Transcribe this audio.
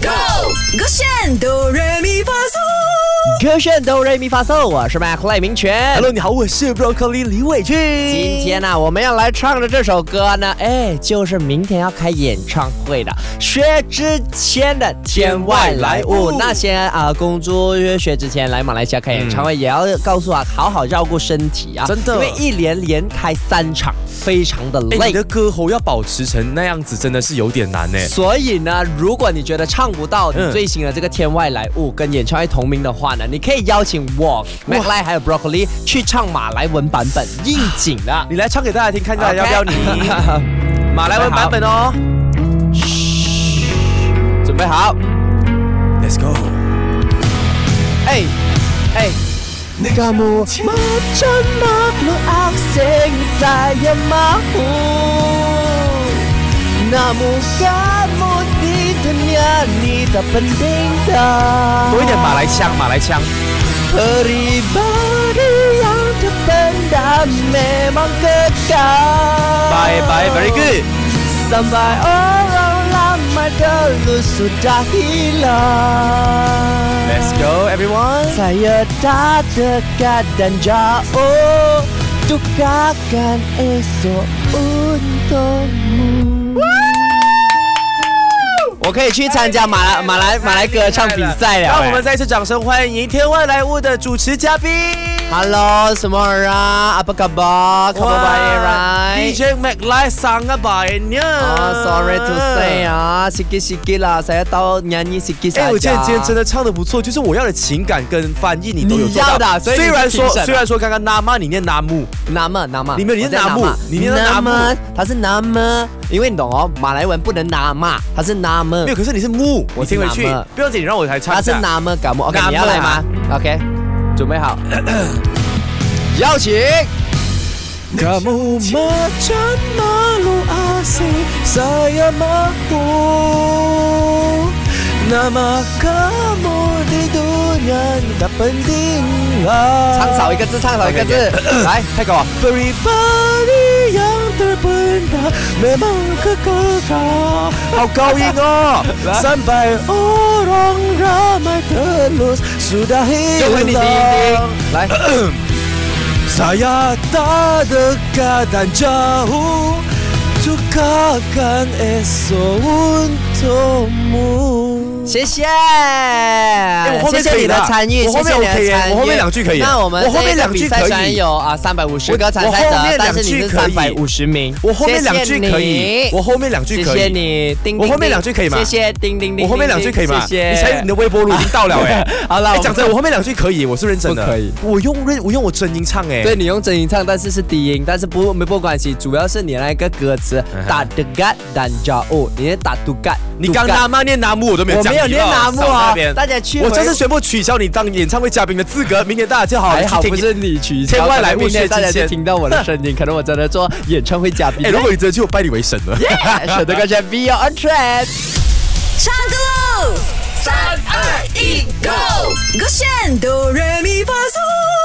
Go，勾选哆来咪发嗦。歌炫哆瑞咪发嗦，我是麦克赖明权。 Hello，你好，我是 Broccoli 李伟俊。今天呢、我们要来唱的这首歌呢，哎，就是明天要开演唱会的薛之谦的《天外来物》。那先啊，恭祝薛之谦来马来西亚开演唱会，也要告诉啊，好好照顾身体啊，真的因为一连连开三场，非常的哎，你累的。歌喉要保持成那样子，真的是有点难呢。所以呢，如果你觉得唱不到你嗯最新的这个《天外来物》跟演唱会同名的话呢，你可以邀请我、麦克赖还有 Broccoli 去唱马来文版本，应景的。你来唱给大家听，看大 OK 家要不要 你？马来文版本哦。准备好， Let's go。哎哎。 Kamu 多一点马来腔，马来腔。Bye bye, very good。 Sampai orang lama dulu sudah hilang Let's go everyone。 Saya tak dekat dan jauh Tukarkan esok untukmu 我可以去参加马来马来马来歌唱 lah. 比赛了、让我们再次掌声欢迎《天外来物》的主持嘉宾。 Hello，什么人啊？阿巴嘎巴，卡巴巴耶来。 DJ Mac Lai sangat banyak。啊，Sorry Ah, Oh, to say 啊，sikit sikit lah，saya tahu nyanyi sikit 哎、 saja。我今天今天真的唱的不错，就是我要的情感跟翻译你都有做你要到。的所以你虽然是评说审啊虽然说刚刚纳妈你念纳木， 拿么拿么，你没有你是我在拿木嘛你念的拿木么它是拿么，因为你懂哦，马来文不能拿嘛，它是拿么没有，，可是你是木，我我是听回去纳闷，不要紧，你让我来唱它一是下。拿么嘎么，OK，拿么啊你要来吗？OK，准备 好，邀请。 Kamu macam malu asing Saya mampu Nama kamu di dunia tak penting 唱少一个字，唱少一个字，来，太高啊！ Everybody yang terbenam memang kekal Kau kau ingat Sampai orang ramai terlus Sudah 就问你第一 hilang 名，来， Saya tak dekat dan jauh Tukarkan esok untukmu 谢谢。哎我后面谢谢可以你的的参与，我后面谢谢你的 OK 耶参与我后面两句可以耶那我们我后面这个两句比赛可以虽然有啊三百五十我个参赛我后面者，但两是你句是可三以百五十名。我后面两谢句谢可你以，我后面两谢句可谢以，你，叮叮我后叮面两句可以吗谢谢，叮叮叮。我后面两句可以吗？谢谢。你才你的微波炉已经到了哎。 好了，哎，我讲们真，我后面两句可以，我是认真的。不可以，我用认我用我真音唱哎。对，你用真音唱，但是是低音，但是不没不关系，主要是你那个歌词嗯哼打的嘎单加哦，你是打杜嘎，你刚拿拿妈念拿木我都没有我讲没你有了，念拿木少在啊那边，大家去我回这次宣布取消你当演唱会嘉宾的资格，明年大家就好好还去好听不是你取消，天外来可物能明天薛之大家就谦听到我的声音，可能我真的做演唱会嘉宾。 哎，如果你真的去，我拜你为神了。选择歌曲 Be Your Own Trend。唱歌喽！三二一，Go！勾选哆来咪发嗦。